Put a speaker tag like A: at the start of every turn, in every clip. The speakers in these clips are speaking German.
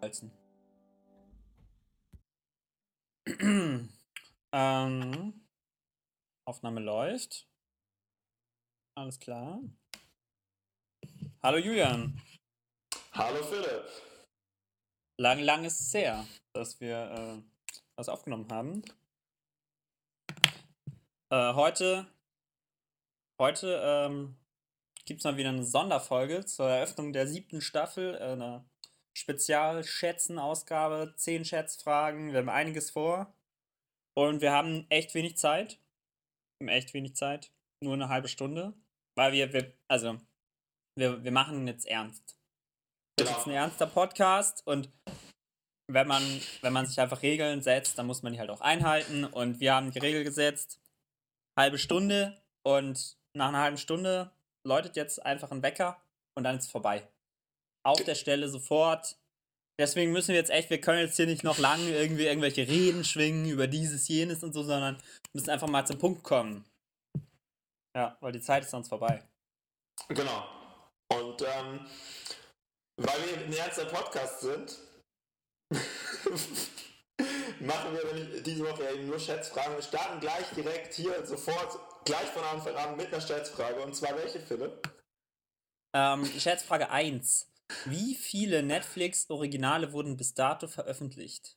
A: Halsen. ähm, Aufnahme läuft. Alles klar. Hallo Julian.
B: Hallo Philipp.
A: Lang, lang ist es her, dass wir äh, das aufgenommen haben. Äh, heute heute ähm, gibt es mal wieder eine Sonderfolge zur Eröffnung der siebten Staffel. Äh, eine Spezial-Schätzen-Ausgabe, zehn Schätzfragen. Wir haben einiges vor. Und wir haben echt wenig Zeit. Wir haben echt wenig Zeit. Nur eine halbe Stunde. Weil wir, wir also, wir, wir machen jetzt ernst. Das ist ein ernster Podcast und wenn man, wenn man sich einfach Regeln setzt, dann muss man die halt auch einhalten. Und wir haben die Regel gesetzt, halbe Stunde und nach einer halben Stunde läutet jetzt einfach ein Wecker und dann ist es vorbei. Auf der Stelle sofort. Deswegen müssen wir jetzt echt, wir können jetzt hier nicht noch lange irgendwie irgendwelche Reden schwingen über dieses, jenes und so, sondern müssen einfach mal zum Punkt kommen. Ja, weil die Zeit ist sonst vorbei.
B: Genau. Und ähm, weil wir ein ernster Podcast sind, machen wir nämlich diese Woche eben nur Schätzfragen. Wir starten gleich direkt hier sofort, gleich von Anfang an mit einer Schätzfrage. Und zwar welche, Philipp?
A: Ähm, Scherzfrage 1. Wie viele Netflix-Originale wurden bis dato veröffentlicht?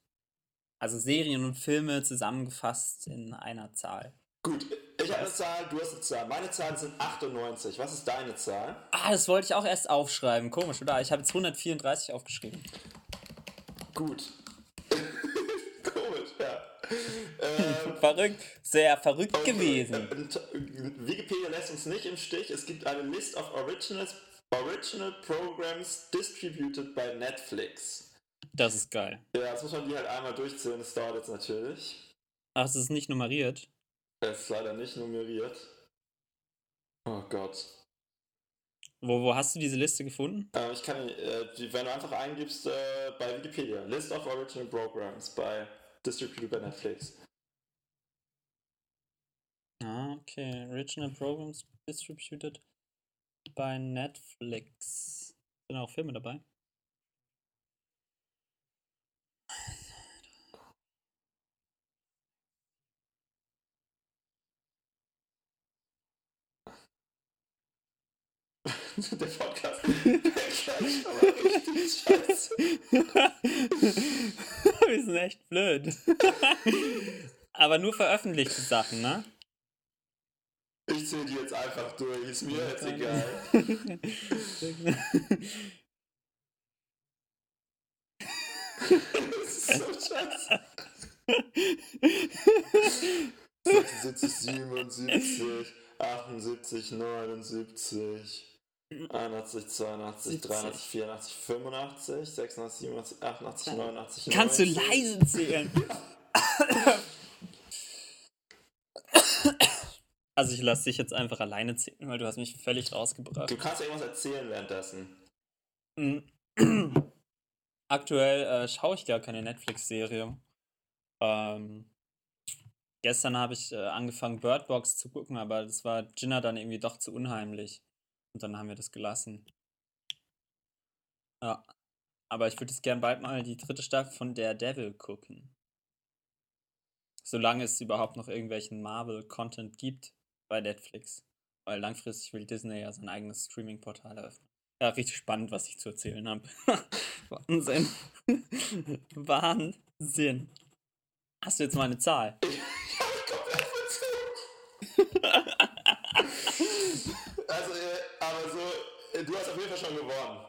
A: Also Serien und Filme zusammengefasst in einer Zahl.
B: Gut, ich habe eine Zahl, du hast eine Zahl. Meine Zahlen sind 98. Was ist deine Zahl?
A: Ah, das wollte ich auch erst aufschreiben. Komisch, oder? Ich habe jetzt 134 aufgeschrieben.
B: Gut. Komisch, ja. Ähm,
A: Verrückt. Sehr verrückt
B: Und,
A: gewesen.
B: äh, und Wikipedia lässt uns nicht im Stich. Es gibt eine List of Originals, Original Programs distributed by Netflix.
A: Das ist geil.
B: Ja, das muss man die halt einmal durchzählen. Das dauert jetzt natürlich.
A: Ach, es ist nicht nummeriert.
B: Es ist leider nicht nummeriert. Oh Gott.
A: Wo, wo hast du diese Liste gefunden?
B: Äh, ich kann, äh, die, wenn du einfach eingibst äh, bei Wikipedia, List of Original Programs bei distributed by Netflix.
A: Ah, okay. Original Programs distributed by Netflix. Sind auch Filme dabei?
B: Der Podcast. Scheiße.
A: Wir sind echt blöd. Aber nur veröffentlichte Sachen, ne?
B: Ich zähle die jetzt einfach durch, ist mir jetzt egal. Das ist so scheiße. 76, 77, 78, 79, 81, 82, 83, 84, 85, 86, 87, 88, 89, 90.
A: Kannst du leise zählen? Also ich lasse dich jetzt einfach alleine zählen, weil du hast mich völlig rausgebracht.
B: Du kannst ja irgendwas erzählen währenddessen.
A: Mm. Aktuell äh, schaue ich gar keine Netflix-Serie. Ähm, gestern habe ich äh, angefangen, Bird Box zu gucken, aber das war Jinnah dann irgendwie doch zu unheimlich. Und dann haben wir das gelassen. Ja. Aber ich würde jetzt gern bald mal die dritte Staffel von Daredevil gucken. Solange es überhaupt noch irgendwelchen Marvel-Content gibt bei Netflix. Weil langfristig will Disney ja sein eigenes Streaming-Portal eröffnen. Ja, richtig spannend, was ich zu erzählen habe. Wahnsinn. Wahnsinn. Hast du jetzt mal eine Zahl?
B: komplett verzögert. also, äh, aber so, äh, du hast auf jeden Fall schon gewonnen.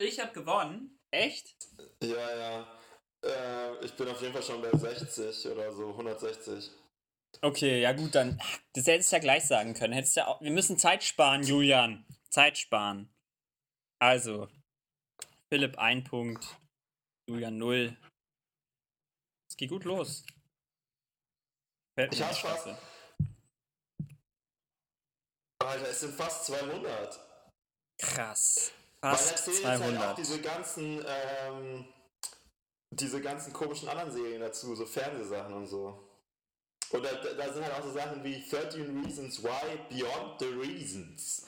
A: Ich habe gewonnen. Echt?
B: Ja, ja. Äh, ich bin auf jeden Fall schon bei 60 oder so, 160.
A: Okay, ja gut, dann. Das hättest du ja gleich sagen können. Hättest ja auch, wir müssen Zeit sparen, Julian. Zeit sparen. Also, Philipp ein Punkt, Julian null. Es geht gut los. Fällt
B: Ich
A: mir
B: hab's
A: die Scheiße.
B: fast. Alter, es sind fast 200.
A: Krass.
B: Weil da
A: Fast
B: zählen jetzt Halt auch
A: 200.
B: diese ganzen, ähm, diese ganzen komischen anderen Serien dazu, so Fernsehsachen und so. Und da, da da sind halt auch so Sachen wie 13 Reasons Why Beyond the Reasons.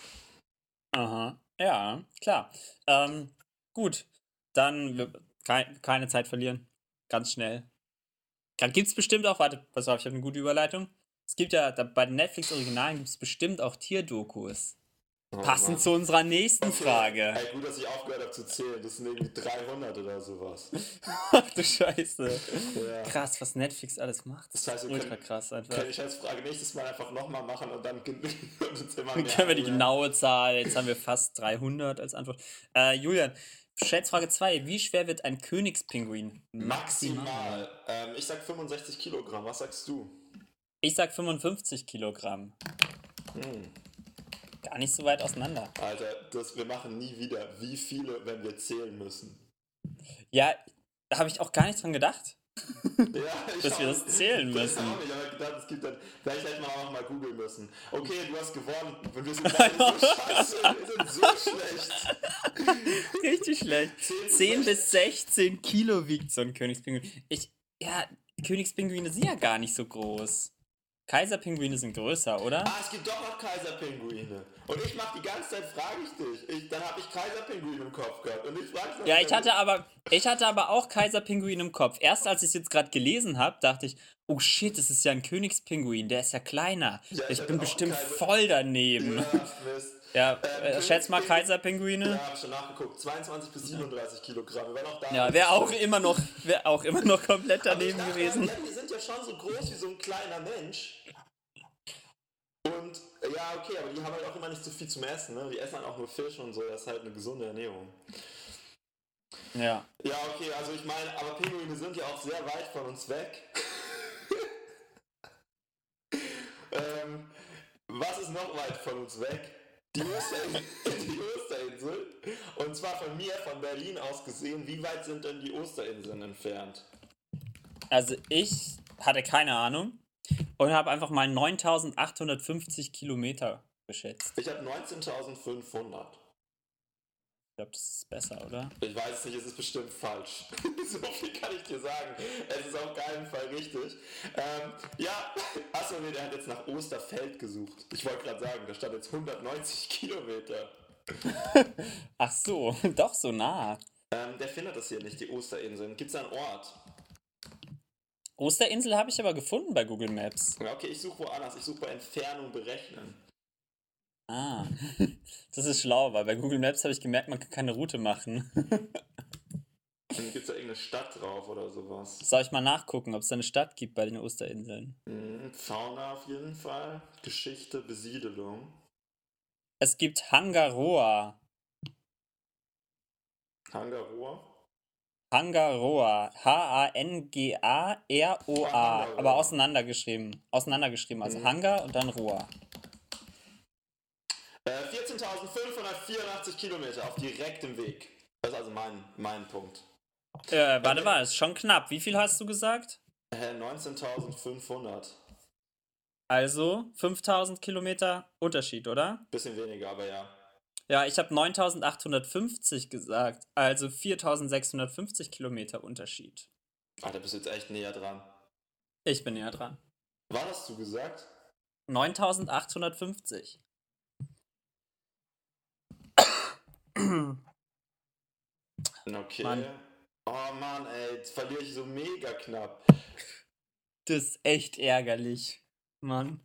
A: Aha. Ja, klar. Ähm, gut, dann wir- kei- keine Zeit verlieren. Ganz schnell. Gibt es bestimmt auch, warte, pass auf, ich habe eine gute Überleitung. Es gibt ja, da, bei den Netflix-Originalen gibt es bestimmt auch Tierdokus.
B: Oh,
A: Passend
B: Mann.
A: zu unserer nächsten Frage.
B: Ey, gut, dass ich aufgehört habe zu zählen. Das sind irgendwie 300 oder sowas.
A: Ach du Scheiße.
B: Ja.
A: Krass, was Netflix alles macht. Das
B: Das heißt,
A: ist
B: wir
A: ultra
B: können-
A: krass einfach.
B: Kann ich als Frage nächstes Mal einfach nochmal machen und dann gibt es immer
A: Dann
B: mehr.
A: können wir die genaue Zahl, jetzt haben wir fast 300 als Antwort. Äh, Julian, Schätzfrage 2. Wie schwer wird ein Königspinguin?
B: Maximal. Ähm, ich sag 65 Kilogramm. Was sagst du?
A: Ich sag 55 Kilogramm.
B: Hm.
A: Gar nicht so weit auseinander.
B: Alter, das, wir machen nie wieder, wie viele, wenn wir zählen müssen.
A: Ja, da habe ich auch gar nicht dran gedacht.
B: Ja, ich
A: Dass wir das zählen
B: das
A: müssen.
B: Hab ich aber gedacht, es gibt dann. Vielleicht hätte man auch noch mal googeln müssen. Okay, du hast gewonnen. Und wir sind beide so scheiße. Wir sind so schlecht.
A: Richtig schlecht.
B: Zehn
A: 10 bis 16 Kilo wiegt so ein Königspinguin. Ich, ja, Königspinguine sind ja gar nicht so groß. Kaiserpinguine sind größer, oder?
B: Ah, es gibt doch noch Kaiserpinguine. Und ich mach die ganze Zeit, frage ich dich. Ich, dann habe ich Kaiserpinguine im Kopf gehabt. Und ich frag's dann-
A: Ja, ich hatte aber, ich hatte aber auch Kaiserpinguin im Kopf. Erst als ich es jetzt gerade gelesen habe, dachte ich, oh shit, das ist ja ein Königspinguin, der ist ja kleiner.
B: Ja, ich
A: ich
B: hatte
A: bin
B: auch
A: bestimmt
B: Kaiser-
A: voll daneben.
B: Ja, Mist.
A: Ja,
B: Ähm,
A: äh, schätz mal
B: Königspinguin-
A: Kaiserpinguine.
B: Ja, hab schon nachgeguckt. 22 bis 37 Kilogramm. Wir waren auch da.
A: Ja, wäre auch immer noch, wäre auch immer noch komplett
B: Aber ich
A: daneben
B: dachte,
A: gewesen.
B: Ja, die sind ja schon so groß wie so ein kleiner Mensch. Und äh, ja, okay, aber die haben halt auch immer nicht so viel zum Essen. Ne? Die essen halt auch nur Fisch und so. Das ist halt eine gesunde Ernährung.
A: Ja.
B: Ja, okay, also ich meine, aber Pinguine sind ja auch sehr weit von uns weg. ähm, was ist noch weit von uns weg? Die Osterinsel. die Osterinsel. Und zwar von mir, von Berlin aus gesehen. Wie weit sind denn die Osterinseln entfernt?
A: Also ich hatte keine Ahnung und habe einfach mal 9850 Kilometer geschätzt.
B: Ich habe 19.500.
A: Ich glaube, das ist besser, oder?
B: Ich weiß es nicht, es ist bestimmt falsch. so viel kann ich dir sagen. Es ist auf keinen Fall richtig. Ähm, ja, achso, nee, der hat jetzt nach Osterfeld gesucht. Ich wollte gerade sagen, da stand jetzt 190 Kilometer.
A: Ach so, doch so nah.
B: Ähm, der findet das hier nicht, die Osterinseln. Gibt es einen Ort?
A: Osterinsel habe ich aber gefunden bei Google Maps.
B: Ja, okay, ich suche woanders. Ich suche bei Entfernung berechnen.
A: Ah, das ist schlau, weil bei Google Maps habe ich gemerkt, man kann keine Route machen.
B: Gibt es da irgendeine Stadt drauf oder sowas?
A: Soll ich mal nachgucken, ob es da eine Stadt gibt bei den Osterinseln?
B: Hm, Fauna auf jeden Fall. Geschichte, Besiedelung.
A: Es gibt Hangaroa.
B: Hangaroa.
A: Hangaroa. H-A-N-G-A-R-O-A.
B: Hangaroa.
A: Aber auseinandergeschrieben. Auseinandergeschrieben. Also
B: Mhm.
A: Hangar und dann Roa.
B: Äh, 14.584 Kilometer auf direktem Weg. Das ist also mein, mein Punkt.
A: Äh, warte mal, ist schon knapp. Wie viel hast du gesagt?
B: Äh, 19.500.
A: Also 5000 Kilometer Unterschied, oder?
B: Bisschen weniger, aber ja.
A: Ja, ich habe 9850 gesagt. Also 4650 Kilometer Unterschied.
B: Ah, da bist du jetzt echt näher dran.
A: Ich bin näher dran.
B: War das du gesagt?
A: 9850.
B: Okay.
A: Mann.
B: Oh Mann, ey, jetzt verliere ich so mega knapp.
A: Das ist echt ärgerlich. Mann.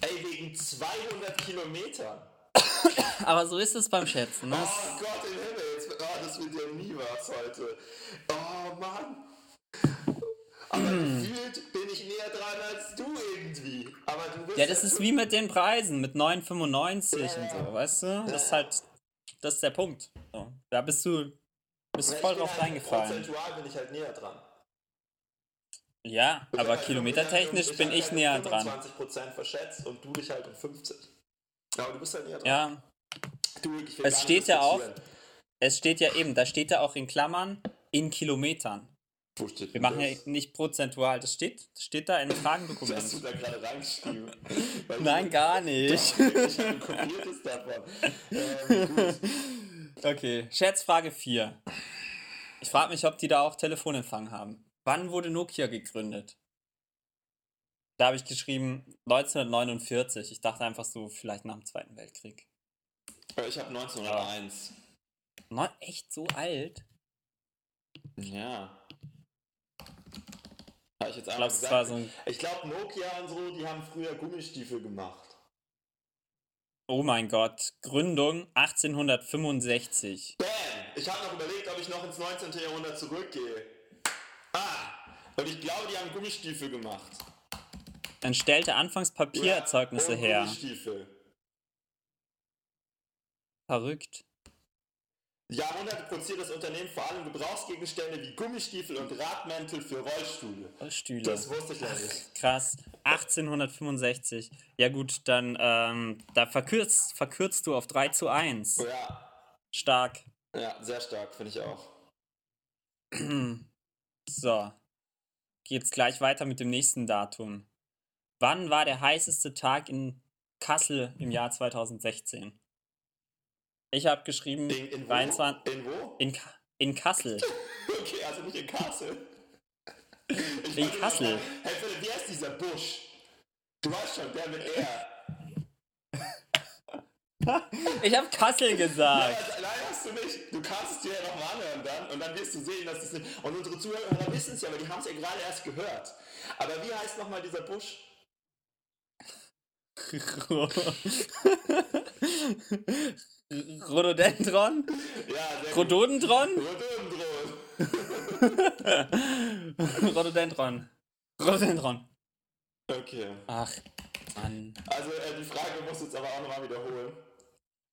B: Ey, wegen 200 Kilometern.
A: Aber so ist es beim Schätzen. Ne?
B: Oh Gott im Himmel, jetzt, oh, das wird ja nie was heute. Oh Mann. Aber
A: Hm.
B: gefühlt bin ich näher dran als du irgendwie. Aber du bist
A: Ja, das ist wie mit den Preisen, mit 9,95
B: Ja,
A: und
B: ja.
A: so, weißt du? Das ist halt, das ist der Punkt. So, da bist du, bist du
B: Ja,
A: voll
B: ich bin
A: drauf
B: halt-
A: reingefallen.
B: Prozentual bin ich halt näher dran.
A: Ja,
B: Ich
A: aber
B: hab halt
A: kilometertechnisch bin ich näher dran.
B: 25% verschätzt und du dich halt um 50. Aber du bist halt näher dran.
A: Ja,
B: Du, ich will
A: Es
B: gar nicht
A: steht ja auch-
B: diskutieren.
A: es steht ja eben, da steht ja auch in Klammern, in Kilometern.
B: Wo steht
A: Wir
B: denn
A: machen
B: das?
A: ja nicht prozentual, das steht, das steht da in einem
B: Das hast du
A: Fragendokument.
B: da gerade reingeschrieben. Weil
A: Nein, gar nicht.
B: Ich habe kopiertes davon. Ähm, gut.
A: Okay, Scherzfrage 4. Ich frage mich, ob die da auch Telefonempfang haben. Wann wurde Nokia gegründet? Da habe ich geschrieben 1949. Ich dachte einfach so, vielleicht nach dem Zweiten Weltkrieg.
B: Äh, Ich habe 1901.
A: Neun, echt so alt?
B: Ja. Habe ich jetzt
A: Ich
B: einmal
A: glaube, es war
B: gesagt.
A: so ein.
B: Ich glaube, Nokia und so, die haben früher Gummistiefel gemacht.
A: Oh mein Gott. Gründung 1865.
B: Bam! Ich habe noch überlegt, ob ich noch ins 19. Jahrhundert zurückgehe. Ah! Und ich glaube, die haben Gummistiefel gemacht.
A: Man stellte anfangs Papiererzeugnisse
B: und
A: her.
B: Gummistiefel.
A: Verrückt.
B: Jahrhunderte produziert das Unternehmen vor allem Gebrauchsgegenstände wie Gummistiefel und Radmäntel für Rollstühle.
A: Stühle.
B: Das wusste ich ja nicht.
A: Krass. 1865. Ja gut, dann ähm, da verkürzt, verkürzt du auf 3 zu 1.
B: Ja,
A: Stark.
B: ja sehr stark, finde ich auch.
A: So. Geht's gleich weiter mit dem nächsten Datum. Wann war der heißeste Tag in Kassel im Jahr 2016? Ich habe geschrieben
B: In, in wo?
A: 23
B: In wo?
A: in, Ka- in Kassel.
B: Okay, also nicht in Kassel. Ich
A: In
B: wollte nur
A: Kassel.
B: sagen, Hey Philipp, wie heißt dieser Busch? Du weißt schon, der mit R.
A: Ich habe Kassel
B: Nein,
A: gesagt.
B: das- nein, hast du nicht. Du kannst es dir ja nochmal anhören dann und dann wirst du sehen, dass es nicht. Und unsere Zuhörer wissen es ja, aber die haben es ja gerade erst gehört. Aber wie heißt nochmal dieser Busch?
A: Rhododendron?
B: Ja, sehr gut.
A: Rhododendron?
B: Rhododendron.
A: Rhododendron. Rhododendron.
B: Okay.
A: Ach, Mann.
B: Also äh, die Frage musst du jetzt aber auch nochmal wiederholen.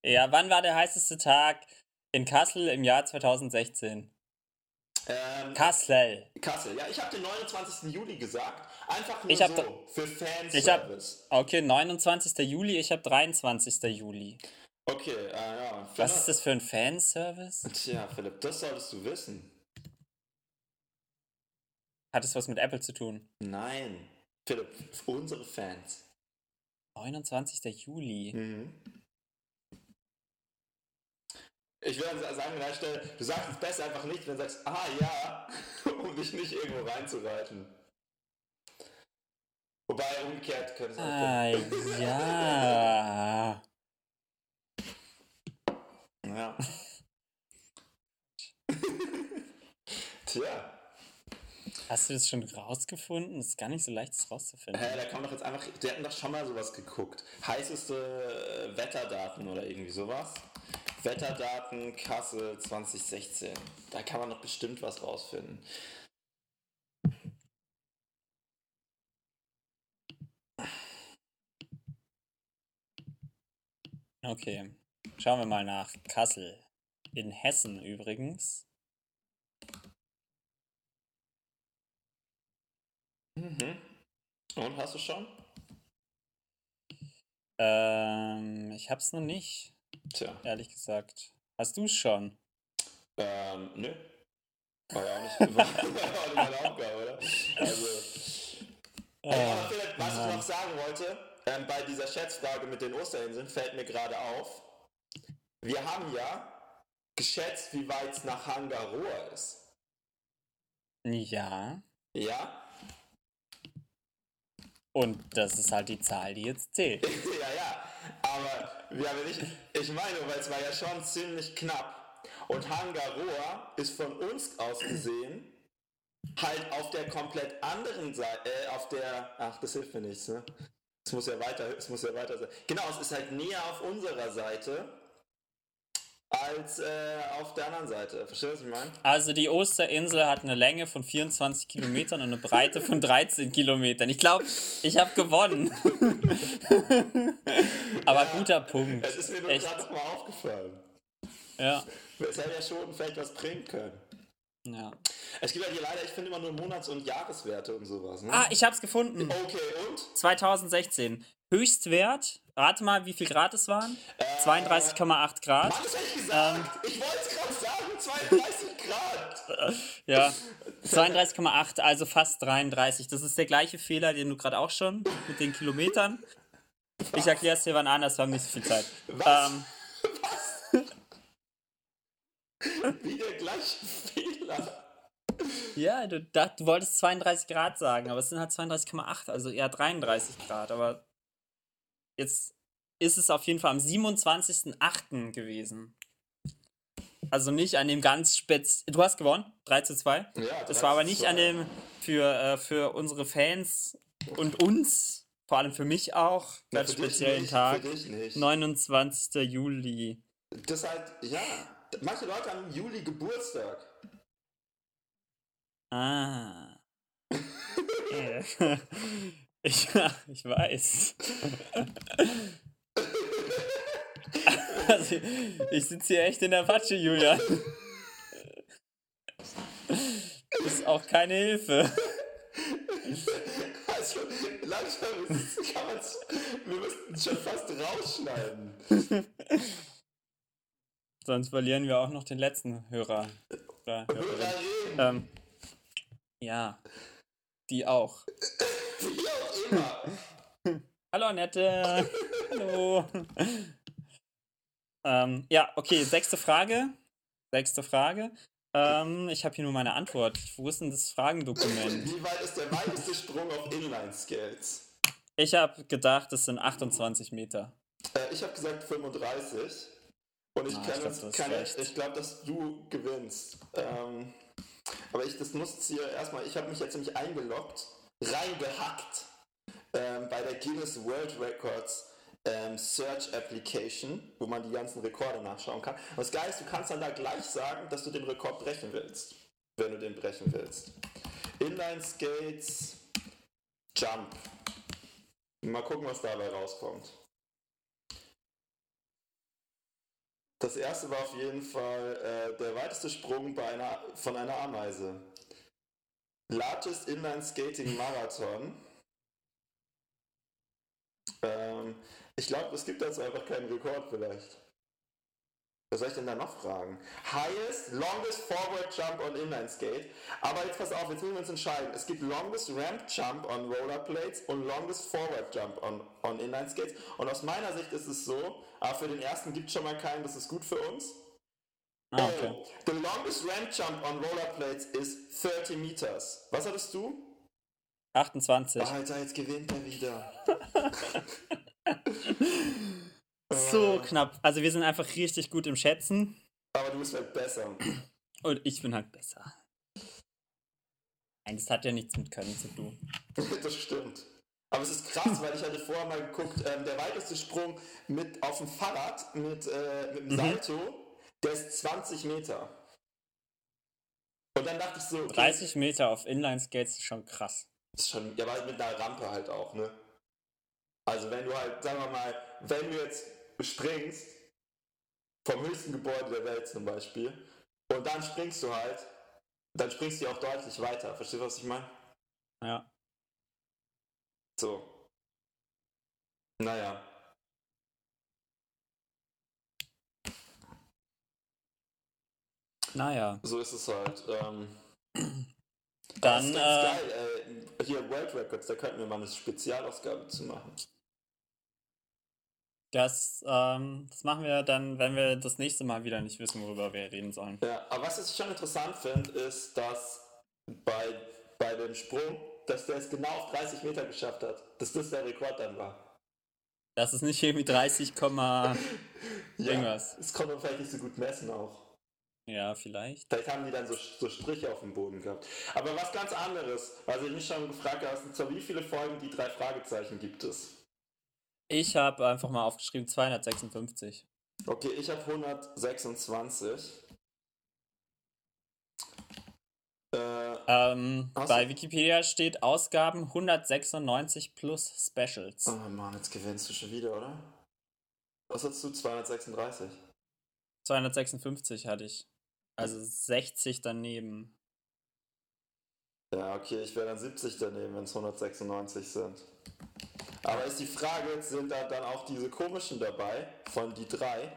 A: Ja, wann war der heißeste Tag in Kassel im Jahr 2016?
B: Ähm,
A: Kassel.
B: Kassel. Ja, ich habe den 29. Juli gesagt. Einfach nur
A: Ich hab
B: so. Für Fanservice.
A: Ich hab- Okay, 29. Juli, ich habe 23. Juli.
B: okay, äh, ja.
A: Was ist das für ein Fanservice?
B: Tja, Philipp, das solltest du wissen.
A: Hat es was mit Apple zu tun?
B: Nein. Philipp, unsere Fans.
A: 29. Juli.
B: Mhm. Ich würde sagen, an der Stelle, du sagst es besser einfach nicht, wenn du sagst, ah ja, um dich nicht irgendwo reinzureiten. Wobei, umgekehrt könnte es auch
A: Ah, ja.
B: Ja. Tja,
A: Hast du das schon rausgefunden? Das ist gar nicht so leicht, das rauszufinden.
B: äh, da kam doch jetzt einfach, die hatten doch schon mal sowas geguckt. Heißeste äh, Wetterdaten oder irgendwie sowas. Wetterdaten Kassel 2016. Da kann man doch bestimmt was rausfinden.
A: Okay, schauen wir mal nach Kassel. In Hessen übrigens.
B: Mhm. Und hast du schon?
A: Ähm, ich hab's noch nicht,
B: Tja,
A: ehrlich gesagt. Hast du's schon?
B: ähm, nö. War ja auch nicht, war, ja auch nicht meine Aufgabe, oder? Also, Ey, aber
A: Ah,
B: Philipp, was ich
A: Mann.
B: noch sagen wollte, ähm, bei dieser Schätzfrage mit den Osterinseln fällt mir gerade auf, wir haben ja geschätzt, wie weit es nach Hangaroa ist.
A: ja,
B: Ja?
A: und das ist halt die Zahl, die jetzt zählt.
B: ja, ja. Aber wir haben ja nicht, ich meine, weil es war ja schon ziemlich knapp. Und Hangaroa ist von uns aus gesehen halt auf der komplett anderen Seite, äh, auf der, ach, das hilft mir nichts, ne? Es muss ja weiter, es muss ja weiter sein. Genau, es ist halt näher auf unserer Seite als äh, auf der anderen Seite. Verstehst du, was ich meine?
A: Also die Osterinsel hat eine Länge von 24 Kilometern und eine Breite von 13 Kilometern. Ich glaube, ich habe gewonnen. Aber guter Punkt.
B: Es ist mir nur
A: Echt.
B: gerade nochmal aufgefallen.
A: Ja.
B: Es hätte ja schon vielleicht was bringen können.
A: ja.
B: Es gibt ja hier leider, ich finde immer nur Monats- und Jahreswerte und sowas. Ne?
A: Ah, ich hab's gefunden.
B: Okay, und?
A: 2016. Höchstwert. Rate mal, wie viel Grad es waren? 32,8 Grad.
B: Mann, das hätte ich gesagt! ich wollte es gerade sagen, 32 Grad!
A: Ja. 32,8, also fast 33. Das ist der gleiche Fehler, den du gerade auch schon mit den Kilometern. Ich erkläre es dir wann anders, wir haben nicht so viel Zeit.
B: Was?
A: Ähm,
B: Wie der gleiche Fehler.
A: ja, du, dacht, du wolltest 32 Grad sagen, aber es sind halt 32,8, also eher 33 Grad. Aber jetzt ist es auf jeden Fall am 27.08. gewesen. Also nicht an dem ganz spez... Du hast gewonnen, 3 zu 2.
B: Ja,
A: Das war aber nicht
B: 3
A: an dem für, äh, für unsere Fans und uns, vor allem für mich auch,
B: Na,
A: ganz
B: für dich
A: speziellen
B: nicht,
A: Tag.
B: Für dich nicht.
A: 29. Juli.
B: Das ist halt, ja. Manche Leute haben im Juli Geburtstag.
A: Ah. Okay. ich, ja, ich weiß. also, ich sitze hier echt in der Patsche, Julian. Ist auch keine Hilfe.
B: Also, langsam ist es- kann man's, wir müssten schon fast rausschneiden.
A: Sonst verlieren wir auch noch den letzten Hörer. Oder Hörerin.
B: Hörer reden,
A: Ähm, ja, die auch.
B: wie auch immer.
A: Hallo Annette. Hallo. ähm, ja, okay, sechste Frage. Sechste Frage. Ähm, ich habe hier nur meine Antwort. Wo ist denn das Fragendokument?
B: Wie weit ist der weiteste Sprung auf Inline-Skates?
A: Ich habe gedacht, es sind 28 Meter.
B: Äh, ich habe gesagt 35. Und ich,
A: Ah,
B: kann
A: ich glaub,
B: uns-
A: du hast
B: kann,
A: recht.
B: ich glaube, dass du gewinnst. Ähm, aber ich, das muss hier erstmal, ich habe mich jetzt nämlich eingeloggt, reingehackt ähm, bei der Guinness World Records ähm, Search Application, wo man die ganzen Rekorde nachschauen kann. Und das Geile ist, du kannst dann da gleich sagen, dass du den Rekord brechen willst, wenn du den brechen willst. Inline Skates, Jump. Mal gucken, was dabei rauskommt. Das erste war auf jeden Fall äh, der weiteste Sprung bei einer, von einer Ameise. Largest Inline Skating Marathon. Ähm, ich glaube, es gibt dazu einfach keinen Rekord vielleicht. Was soll ich denn da noch fragen? Highest, longest forward jump on inline skate. Aber jetzt pass auf, jetzt müssen wir uns entscheiden. Es gibt longest ramp jump on rollerblades und longest forward jump on, on inline skates. Und aus meiner Sicht ist es so, aber für den ersten gibt es schon mal keinen, das ist gut für uns.
A: Ah, okay.
B: Oh, the longest ramp jump on rollerblades is 30 meters. Was hattest du?
A: 28.
B: Alter, jetzt gewinnt er wieder. Äh,
A: So knapp. Also wir sind einfach richtig gut im Schätzen.
B: Aber du bist halt besser.
A: Und ich bin halt besser. Nein, das hat ja nichts mit Können zu tun.
B: Das stimmt. Aber es ist krass, weil ich hatte vorher mal geguckt, ähm, der weiteste Sprung mit auf dem Fahrrad mit, äh, mit dem
A: Mhm.
B: Salto, der ist 20 Meter. Und dann dachte ich so, okay,
A: 30 Meter auf Inline-Skates ist schon krass.
B: ist schon, ja, aber mit einer Rampe halt auch, ne? Also wenn du halt, sagen wir mal, wenn du jetzt springst, vom höchsten Gebäude der Welt zum Beispiel, und dann springst du halt, dann springst du ja auch deutlich weiter. Verstehst du, was ich meine?
A: Ja.
B: So. Naja.
A: Naja.
B: So ist es halt. Ähm, das
A: Dann,
B: ist
A: äh,
B: ganz geil. Äh, hier World Records, da könnten wir mal eine Spezialausgabe zu machen.
A: das, ähm, das machen wir dann, wenn wir das nächste Mal wieder nicht wissen, worüber wir reden sollen.
B: Ja, aber was ich schon interessant finde, ist, dass bei, bei dem Sprung, dass der es genau auf 30 Meter geschafft hat. Dass das der Rekord dann war.
A: Das ist nicht irgendwie 30, Komma-
B: Ja,
A: Irgendwas.
B: Das konnte man vielleicht nicht so gut messen auch.
A: ja, vielleicht.
B: Vielleicht haben die dann so, so Striche auf dem Boden gehabt. Aber was ganz anderes, was ich mich schon gefragt habe, ist, zwar wie viele Folgen die drei Fragezeichen gibt es?
A: Ich habe einfach mal aufgeschrieben 256.
B: Okay, ich habe 126. Äh,
A: Ähm,
B: Hast
A: bei
B: du-
A: Wikipedia steht Ausgaben 196 plus
B: oh
A: Specials.
B: Mann, jetzt gewinnst du schon wieder, oder? Was hast du? 236.
A: 256 hatte ich. Also 60 daneben.
B: Ja, okay, ich wäre dann 70 daneben, wenn es 196 sind. Aber ist die Frage, sind da dann auch diese komischen dabei, von die drei?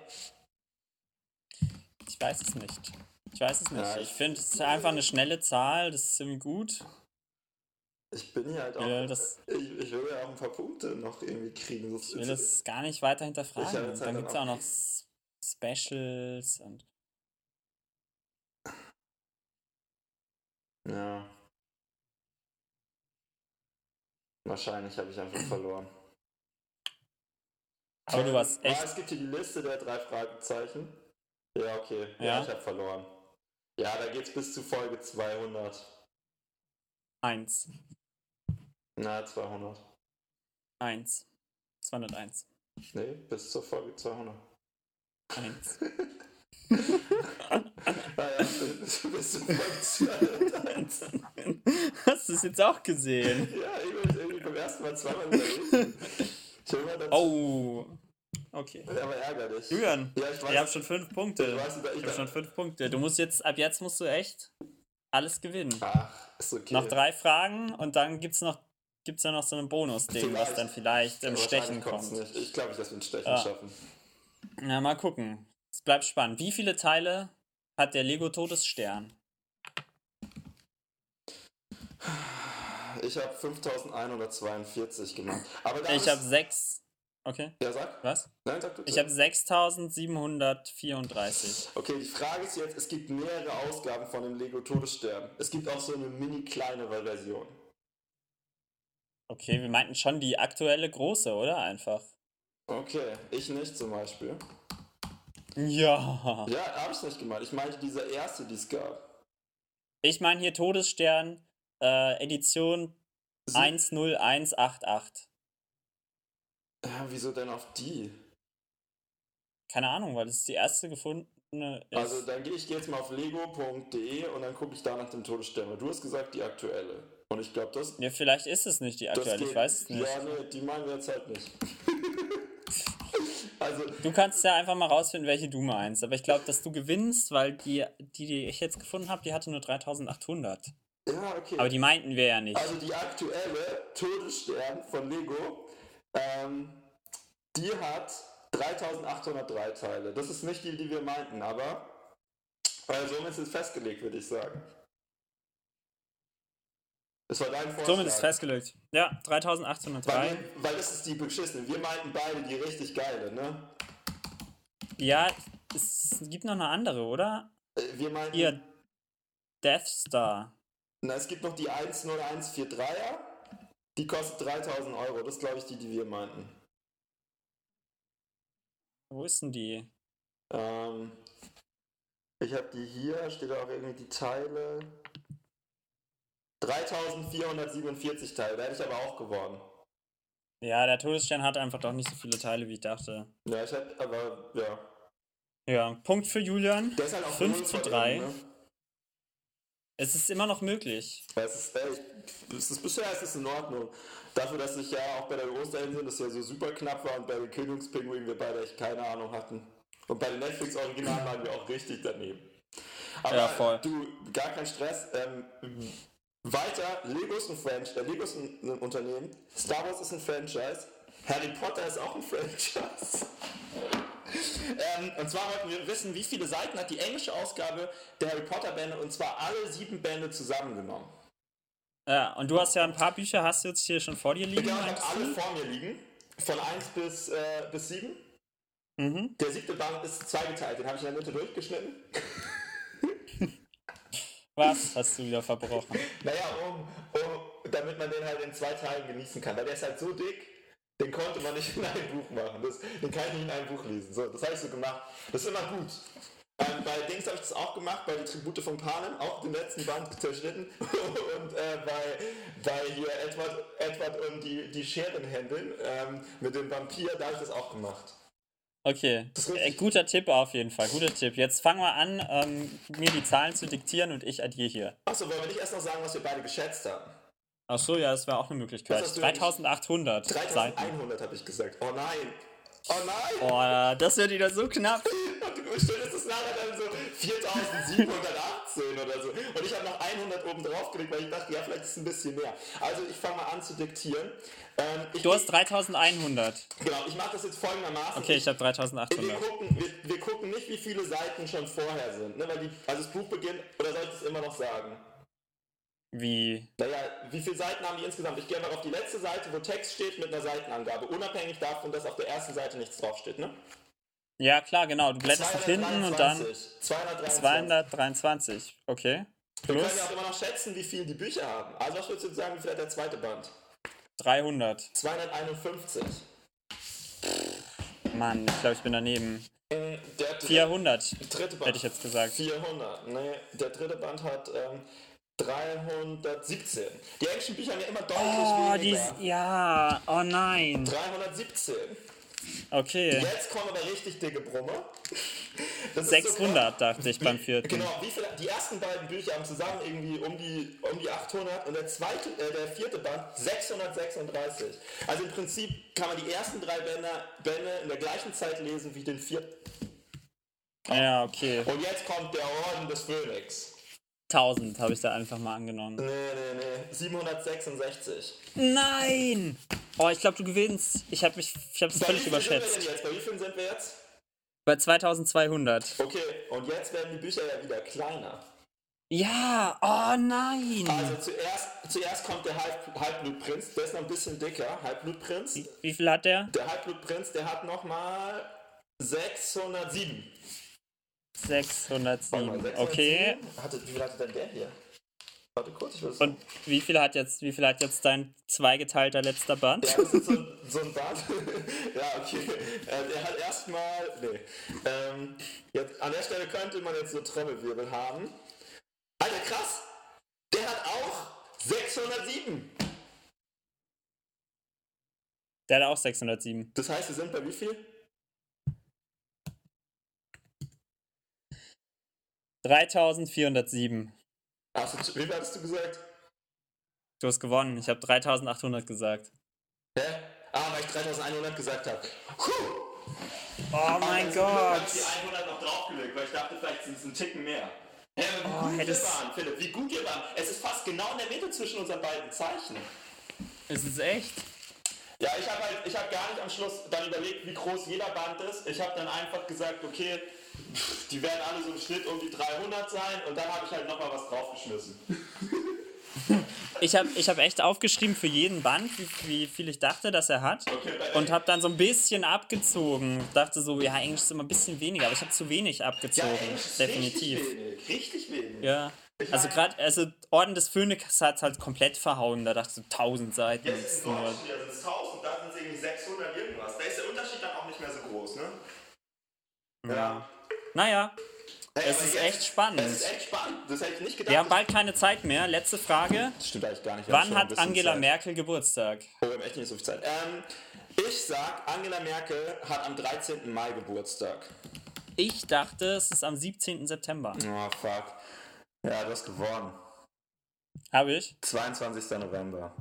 A: Ich weiß es nicht. Ich weiß es nicht.
B: Ja,
A: ich
B: ich-
A: finde, es ist einfach eine schnelle Zahl. Das ist irgendwie gut.
B: Ich bin hier halt auch.
A: Ja, das-
B: ich, ich will ja auch ein paar Punkte noch irgendwie kriegen. Das
A: Ich will
B: ist-
A: das gar nicht weiter
B: Ich hab
A: hinterfragen. Und
B: jetzt
A: dann
B: halt
A: gibt es
B: auch-
A: auch noch S- Specials und.
B: Ja. Wahrscheinlich habe ich einfach verloren.
A: Aber du warst
B: Ah,
A: echt.
B: es gibt hier die Liste der drei Fragezeichen. Ja, okay. Ja,
A: Ja.
B: ich habe verloren. Ja, da geht's bis zu Folge 200.
A: Eins.
B: Na, 200.
A: Eins. 201.
B: Nee, bis zur Folge 200.
A: Eins.
B: Naja, bis, bis zur Folge 200.
A: Hast du es jetzt auch gesehen?
B: ja, ich bin irgendwie beim ersten Mal zweimal überlegt. Ich hab immer das-
A: Oh. Okay.
B: Aber ärgerlich.
A: Julian,
B: Ja, ich weiß.
A: ich habe schon fünf Punkte.
B: ich weiß, ich
A: Ich habe
B: weiß-
A: schon fünf Punkte. Du musst jetzt, ab jetzt musst du echt alles gewinnen.
B: Ach, ist okay.
A: Noch drei Fragen und dann gibt's noch, gibt's ja noch so ein Bonus-Ding, was
B: Vielleicht.
A: dann vielleicht im
B: Aber
A: Stechen
B: wahrscheinlich kommt's
A: kommt. Ah.
B: Nicht. Ich glaube nicht, dass wir ein Stechen
A: Ja.
B: schaffen.
A: Na, mal gucken. Es bleibt spannend. Wie viele Teile hat der Lego Todesstern?
B: Ich habe 5142 gemacht. Aber da
A: Ich
B: ist-
A: habe sechs. Okay,
B: Ja, sag.
A: was?
B: Nein, sag du.
A: Ich habe 6734.
B: Okay, die Frage ist jetzt, es gibt mehrere Ausgaben von dem Lego Todesstern. Es gibt auch so eine mini kleinere Version.
A: Okay, wir meinten schon die aktuelle große, oder? Einfach.
B: Okay, ich nicht zum Beispiel.
A: Ja.
B: Ja, habe ich nicht gemacht. Ich meinte diese erste, die es gab.
A: Ich meine hier Todesstern äh, Edition
B: Sie-
A: 10188.
B: Ja, Äh, wieso denn auf die?
A: Keine Ahnung, weil das ist die erste gefundene. Ist.
B: Also dann gehe ich geh jetzt mal auf lego.de und dann gucke ich da nach dem Todesstern. Weil Du hast gesagt die aktuelle. Und ich glaube, das.
A: ja, vielleicht ist es nicht die aktuelle, ich weiß es nicht.
B: Ja, nee, die meinen wir jetzt halt nicht. also,
A: Du kannst ja einfach mal rausfinden, welche du meinst. Aber ich glaube, dass du gewinnst, weil die, die, die ich jetzt gefunden habe, die hatte nur 3800.
B: ja, okay.
A: Aber die meinten wir ja nicht.
B: Also die aktuelle Todesstern von Lego, ähm, die hat 3803 Teile. Das ist nicht die, die wir meinten, aber äh, somit ist es festgelegt, würde ich sagen. Das war dein Vorschlag.
A: Somit ist festgelegt. Ja,
B: Weil,
A: 3803.
B: wir- weil das ist die beschissene. Wir meinten beide die richtig geile, ne?
A: Ja, es gibt noch eine andere, oder?
B: Äh, Wir meinten,
A: Ihr Death Star.
B: na, es gibt noch die 10143er, die kostet 3000 Euro. Das ist, glaube ich, die, die wir meinten.
A: Wo ist denn die?
B: Ähm, ich habe die hier, steht da auch irgendwie die Teile. 3447 Teile, da hätte ich aber auch gewonnen.
A: Ja, der Todesstern hat einfach doch nicht so viele Teile, wie ich dachte.
B: Ja, ich hätte, aber ja.
A: Ja, Punkt für Julian.
B: Der ist halt auch
A: 5
B: null
A: zu
B: von
A: drei.
B: ihm, Ne?
A: Es ist immer noch möglich.
B: Ja, Es ist, ey, es ist, bisher ist es in Ordnung. Dafür, dass ich ja auch bei der Osterinsel, das ja so super knapp war und bei den Königspinguinen wir beide echt keine Ahnung hatten. Und bei den Netflix-Originalen waren wir auch richtig daneben. Aber
A: Ja, voll.
B: du, gar kein Stress. Ähm, weiter, Lego ist ein Franchise, äh, Lego ist ein, ein Unternehmen, Star Wars ist ein Franchise, Harry Potter ist auch ein Franchise. Ähm, und zwar wollten wir wissen, wie viele Seiten hat die englische Ausgabe der Harry Potter Bände und zwar alle sieben Bände zusammengenommen.
A: Ja, und du hast ja ein paar Bücher, hast du jetzt hier schon vor dir liegen?
B: Ich habe
A: meinst du?
B: alle vor mir liegen. Von 1 bis, äh, bis 7.
A: Mhm.
B: Der siebte Band ist zweigeteilt. Den habe ich in der Mitte durchgeschnitten.
A: Was hast du wieder verbrochen?
B: Naja, um, um, damit man den halt in zwei Teilen genießen kann. Weil der ist halt so dick, den konnte man nicht in ein Buch machen. Das, den kann ich nicht in ein Buch lesen. So, das habe ich so gemacht. Das ist immer gut. Ähm, bei Dings habe ich das auch gemacht, bei die Tribute von Panem, auch den letzten Band zerschnitten. und äh, bei, bei hier Edward, Edward und die, die Scherenhändin ähm, mit dem Vampir, da habe ich das auch gemacht.
A: Okay,
B: Das ist richtig.
A: äh, guter Tipp auf jeden Fall, guter Tipp. Jetzt fangen wir an, ähm, mir die Zahlen zu diktieren und ich addiere hier.
B: Achso, wollen wir nicht erst noch sagen, was wir beide geschätzt haben?
A: Ach so, ja, das wäre auch eine Möglichkeit.
B: Das hast du ja nicht.
A: 3800 Seiten.
B: 3100 habe ich gesagt. Oh nein! Oh nein!
A: Boah, das wird wieder so knapp.
B: Und du stellst es nachher dann so 4718 oder so. Und ich habe noch 100 oben drauf gelegt, weil ich dachte, ja, vielleicht ist es ein bisschen mehr. Also ich fange mal an zu diktieren. Ähm, ich,
A: Du hast 3100.
B: genau, ich mache das jetzt folgendermaßen.
A: Okay, ich habe
B: Wir
A: 3800.
B: gucken, wir, wir gucken nicht, wie viele Seiten schon vorher sind. Ne? Weil die, also das Buch beginnt, oder soll ich das immer noch sagen?
A: Wie?
B: Naja, wie viele Seiten haben die insgesamt? Ich gehe mal auf die letzte Seite, wo Text steht, mit einer Seitenangabe. Unabhängig davon, dass auf der ersten Seite nichts draufsteht, ne?
A: Ja, klar, genau. Du blätterst nach hinten und dann
B: 223.
A: 223. Okay.
B: Wir können
A: Plus
B: ja auch immer noch schätzen, wie viel die Bücher haben. Also was würdest du sagen, wie viel hat der zweite Band?
A: 300.
B: 251.
A: Mann, ich glaube, ich bin daneben.
B: Ähm, der dr-
A: 400,
B: dritte Band.
A: hätte ich jetzt gesagt.
B: 400. Nee, der dritte Band hat ähm, 317. Die Actionbücher haben ja immer deutlich
A: Oh, die
B: weniger.
A: ist, ja, oh nein.
B: 317.
A: Okay,
B: Jetzt kommen aber richtig dicke Brummer. Das ist so krass.
A: 600 dachte ich beim vierten.
B: Genau, wie viel, die ersten beiden Bücher haben zusammen irgendwie um die, um die 800 und der, zweite, äh, der vierte Band 636. Also im Prinzip kann man die ersten drei Bänder, Bände in der gleichen Zeit lesen wie den vierten.
A: Ja, okay.
B: Und jetzt kommt der Orden des Phönix.
A: 1000 habe ich da einfach mal angenommen.
B: Nee, nee, nee. 766.
A: Nein! Oh, ich glaube, du gewinnst. Ich habe mich, ich habe es
B: Bei wie
A: völlig
B: vielen sind wir denn
A: überschätzt.
B: Jetzt? Bei wie vielen sind wir jetzt?
A: Bei 2200.
B: Okay, und jetzt werden die Bücher ja wieder kleiner.
A: Ja, oh nein!
B: Also zuerst, zuerst kommt der Halb, Halbblutprinz, der ist noch ein bisschen dicker, Halbblutprinz.
A: Wie viel hat der?
B: Der Halbblutprinz, der hat nochmal 607. Warte mal,
A: 607.
B: 607.
A: Okay.
B: Hatte, wie viel hatte denn der hier? Warte kurz, ich will das-
A: Und wie viel hat jetzt, wie viel hat jetzt dein zweigeteilter letzter Band?
B: Ja, das ist so, so ein Band. ja, okay. Äh, Er hat erstmal. Nee. Ähm, jetzt, an der Stelle könnte man jetzt so Trommelwirbel haben. Alter, krass! Der hat auch 607!
A: Der hat auch 607.
B: Das heißt, wir sind bei wie viel?
A: 3407.
B: Hast du, wie viel hattest du gesagt?
A: Du hast gewonnen. Ich habe 3800 gesagt.
B: Hä? Ah, weil ich 3100 gesagt habe. Puh!
A: Oh mein Gott!
B: Also, Ich habe die 100 noch draufgelegt, weil ich dachte, vielleicht sind es ein Ticken mehr. Hä, aber wie
A: Oh,
B: gut wir
A: hättest-
B: waren, Philipp, wie gut wir waren. Es ist fast genau in der Mitte zwischen unseren beiden Zeichen.
A: Es ist echt.
B: Ja, ich habe halt, ich habe gar nicht am Schluss dann überlegt, wie groß jeder Band ist. Ich habe dann einfach gesagt, okay, pff, die werden alle so im Schnitt um die 300 sein und dann habe ich halt nochmal was draufgeschmissen.
A: Ich habe ich hab echt aufgeschrieben für jeden Band, wie, wie viel ich dachte, dass er hat.
B: Okay, bei-
A: Und habe dann so ein bisschen abgezogen. Dachte so, ja, Englisch ist immer ein bisschen weniger, aber ich habe zu wenig abgezogen.
B: Englisch ist
A: definitiv.
B: Richtig wenig. Richtig wenig.
A: Ja. Also gerade, also Orden des Phönix hat halt komplett verhauen. Da dachte ich so, 1000 Seiten.
B: Jetzt in
A: ist nur.
B: Deutschland sind es 1000, da sind es irgendwie 600 irgendwas. Da ist der Unterschied dann auch nicht mehr so groß, ne? Ja.
A: Naja,
B: Ey,
A: Es
B: aber
A: ist
B: jetzt-
A: echt spannend.
B: Es ist echt spannend. Das hätte ich nicht gedacht.
A: wir haben bald keine Zeit mehr. Letzte Frage.
B: das stimmt eigentlich gar nicht. wir haben
A: Wann
B: schon ein
A: hat
B: bisschen
A: Angela
B: Zeit.
A: Merkel Geburtstag?
B: Oh, wir haben echt nicht so viel Zeit. Ähm, ich sag, Angela Merkel hat am 13. Mai Geburtstag.
A: Ich dachte, es ist am 17. September.
B: Oh, fuck. Ja, du hast gewonnen.
A: Habe ich?
B: 22. November.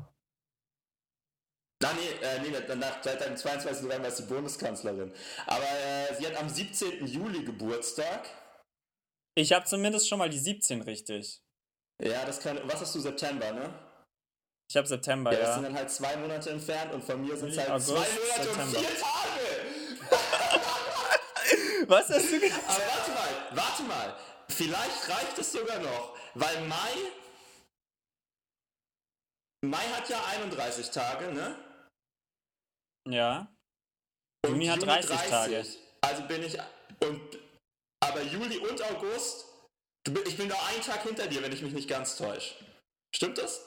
B: Ah, nee, äh, nee, dann nach, seit dem 22. November ist die Bundeskanzlerin. Aber äh, sie hat am 17. Juli Geburtstag.
A: Ich habe zumindest schon mal die 17 richtig.
B: Ja, das kann. Was hast du September, ne?
A: Ich habe September,
B: Ja,
A: ja.
B: das sind dann halt zwei Monate entfernt und von mir sind es halt
A: August,
B: zwei Monate
A: September.
B: und vier Tage!
A: Was hast du gesagt?
B: Aber warte mal, warte mal. Vielleicht reicht es sogar noch, weil Mai. Mai hat ja 31 Tage, ne?
A: Ja. Juni hat 30 Tage.
B: Also bin ich. Und, aber Juli und August. Du, bin- ich bin da einen Tag hinter dir, wenn ich mich nicht ganz täusche. Stimmt das?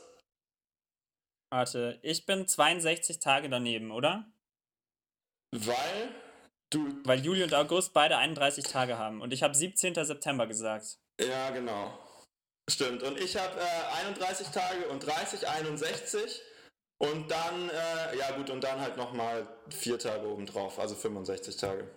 A: Warte, ich bin 62 Tage daneben, oder?
B: Weil du.
A: Weil Juli und August beide 31 Tage haben. Und ich habe 17. September gesagt.
B: Ja, genau. Stimmt. Und ich habe äh, 31 Tage und 30, 61. Und dann, äh, ja gut, und dann halt nochmal vier Tage obendrauf, also 65 Tage.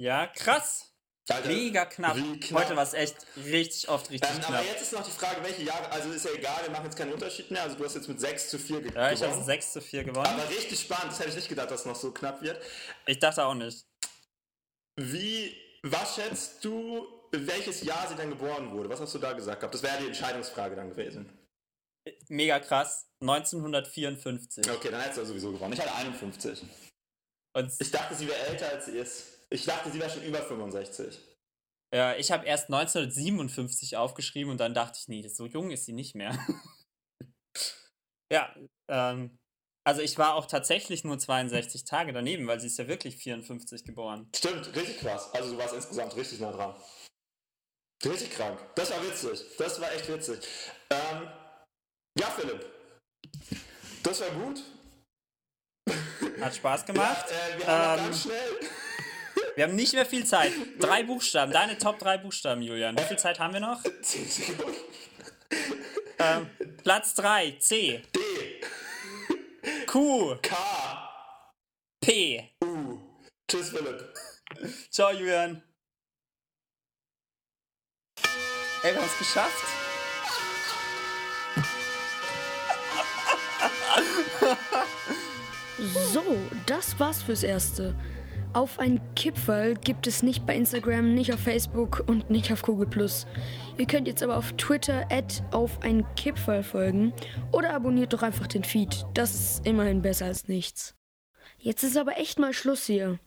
A: Ja, krass.
B: Alter,
A: Mega knapp.
B: wie knapp.
A: Heute war es echt richtig oft richtig
B: Ähm, aber
A: knapp.
B: jetzt ist noch die Frage, welche Jahre, also ist ja egal, wir machen jetzt keinen Unterschied mehr, also du hast jetzt mit 6 zu 4 ge
A: Ja, ich habe
B: gewonnen.
A: 6 zu 4 gewonnen.
B: Aber richtig spannend, das hätte ich nicht gedacht, dass es noch so knapp wird.
A: Ich dachte auch nicht.
B: Wie, was schätzt du, welches Jahr sie dann geboren wurde? Was hast du da gesagt gehabt? Das wäre die Entscheidungsfrage dann gewesen.
A: Mega krass. 1954.
B: Okay, dann hättest du sowieso gewonnen. Ich hatte 51.
A: Und
B: Ich dachte, sie wäre älter als sie ist. Ich dachte, sie wäre schon über 65.
A: ja, Äh, ich habe erst 1957 aufgeschrieben und dann dachte ich, nee, so jung ist sie nicht mehr. ja, ähm, also ich war auch tatsächlich nur 62 Tage daneben, weil sie ist ja wirklich 54 geboren.
B: Stimmt, richtig krass. Also du warst insgesamt richtig nah dran. Richtig krank. Das war witzig. Das war echt witzig. Ähm, ja, Philipp. Das war gut.
A: Hat Spaß gemacht.
B: Äh, wir haben noch
A: ähm,
B: ganz schnell.
A: wir haben nicht mehr viel Zeit. Drei Buchstaben, deine Top 3 Buchstaben, Julian. Wie viel Zeit haben wir noch?
B: 10 Sekunden.
A: Ähm, Platz 3, C. D. Q.
B: K.
A: P.
B: U. Tschüss, Philipp.
A: Ciao, Julian. Ey, wir haben es geschafft.
C: So, das war's fürs Erste. Auf ein Kipferl gibt es nicht bei Instagram, nicht auf Facebook und nicht auf Google+. Ihr könnt jetzt aber auf Twitter auf ein Kipferl folgen oder abonniert doch einfach den Feed. Das ist immerhin besser als nichts. Jetzt ist aber echt mal Schluss hier.